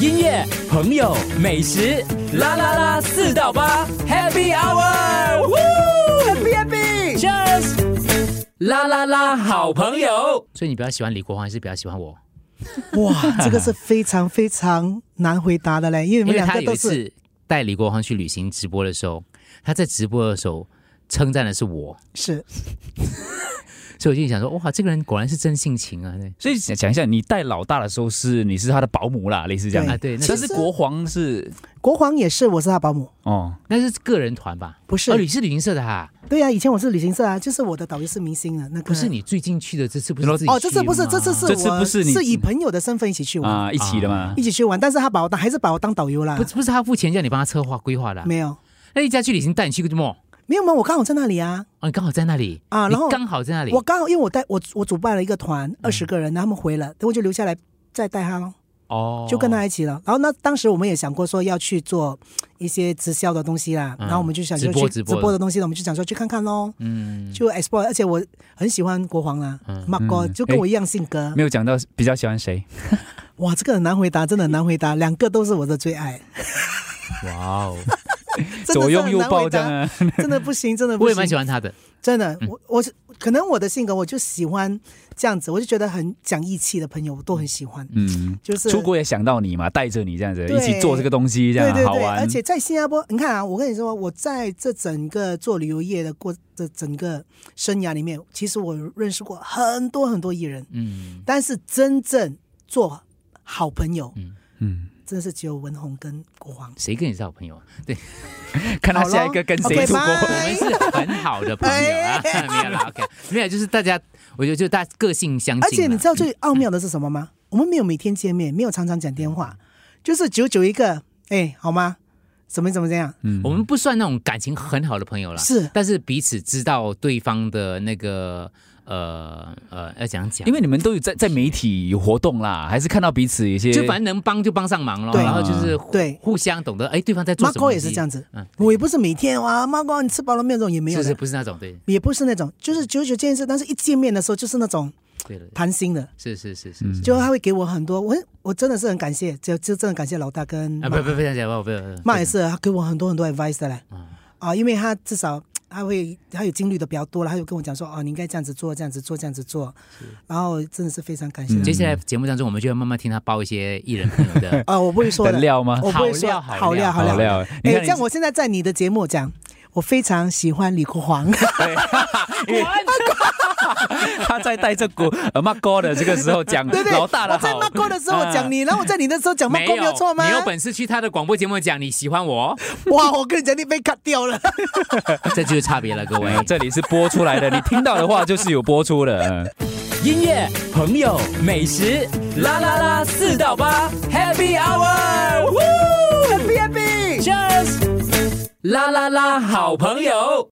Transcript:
音乐、朋友、美食，啦啦啦，四到八，Happy Hour，Happy Happy，Cheers，啦啦啦，好朋友。所以你比较喜欢李国煌，还是比较喜欢我？哇， 这个 是非常非常难回答的嘞，因为你们因为两他个有都一是次带李国煌去旅行直播的时候，他在直播的时候称赞的是我，是所以我就想说，哇，这个人果然是真性情啊！对所以想想一下，你带老大的时候是你是他的保姆啦，类似这样啊，的。对，那但是是国皇是国皇也是，我是他保姆，哦，那是个人团吧？不是哦，你是旅行社的哈、对啊，以前我是旅行社啊，就是我的导游是明星的那个，不是你最近去的，这次不是自己哦，这次不是，去吗这次是这次我不是你以朋友的身份一起去玩，啊，一起的嘛。一起去玩，但是他把我当还是把我当导游啦不，是不是他付钱叫你帮他策划规划的啊、没有那一家去旅行带你去个什么？没有嘛，我刚好在那里啊，哦，你刚好在那里啊你然后刚好在那里，嗯我刚好因为我带我我主办了一个团，二十个人，然后他们回了，等我就留下来再带他咯。 哦，就跟他一起了。然后那当时我们也想过说要去做一些直销的东西啦，嗯然后我们就想直就播去直直播播的东西了，我们就想说去看看喽，嗯，就 explore。而且我很喜欢国皇啦嗯哎马哥嗯就跟我一样性格没。有讲到比较喜欢谁，哇，这个很难回答，真的很难回答，两个都是我的最爱，哇哦，真 的左是拥很右难抱回这样答，啊。真的不行，真的不我也行蛮。喜欢他的，真的，我我是可能我的性格我就喜欢这样子，我就觉得很讲义气的朋友我都很喜欢，嗯，就是出国也想到你嘛，带着你这样子对一起做这个东西，这样对对好对，玩。而且在新加坡，你看啊，我跟你说，我在这整个做旅游业的过这整个生涯里面，其实我认识过很多很多艺人，嗯，但是真正做好朋友，嗯，真的是只有文宏跟国皇。谁跟你是好朋友啊？对，看他好咯下一个跟谁 OK，出国。我们拜是很好的朋友啊，哎 没有啦，OK，没有，就是大家，我觉得就大家个性相近啦，而且你知道最奥妙的是什么吗？我们没有每天见面，没有常常讲电话，就是久久一个，哎，好吗？怎么怎么这样？嗯我们不算那种感情很好的朋友啦，是但是彼此知道对方的那个呃呃要怎样讲，因为你们都有在在媒体有活动啦，还是看到彼此一些。就反正能帮就帮上忙咯，对然后就是互对互相懂得，哎，对方在做马什么东哥西，也是这样子，嗯我也不是每天哇，马哥你吃饱了没有这种也没有是的，是不是那种对也不是那种，就是久久见一次，但是一见面的时候就是那种对了，谈心的，是是是是是，就他会给我很多，我我真的是很感谢，就就真的感谢老大跟啊妈不不不要讲，不不不妈也是，啊他给我很多很多 advice 的嘞，啊，因为他至少他会他有经历的比较多了，他就跟我讲说，哦，你应该这样子做，这样子做，这样子做，然后真的是非常感谢他。，接下来节目当中，我们就会慢慢听他包一些艺人朋友的啊，我不会说的料吗我不会说好好料料好好料料好料你哎，看这你样我现在在你的节目讲，我非常喜欢李国煌。他在带着 国呃马哥的这个时 候讲对对，老大的我在好骂，哥的时候我讲你，然后我在你的时候讲骂哥没有错吗？你有本事去他的广播节目讲你喜欢我，哇，我跟你讲，你被 cut 掉了。这就是差别了，各位呃。这里是播出来的，你听到的话就是有播出的。嗯音乐、朋友、美食，啦啦啦，四到八，Happy Hour，Happy Happy，Cheers，啦啦啦，好朋友。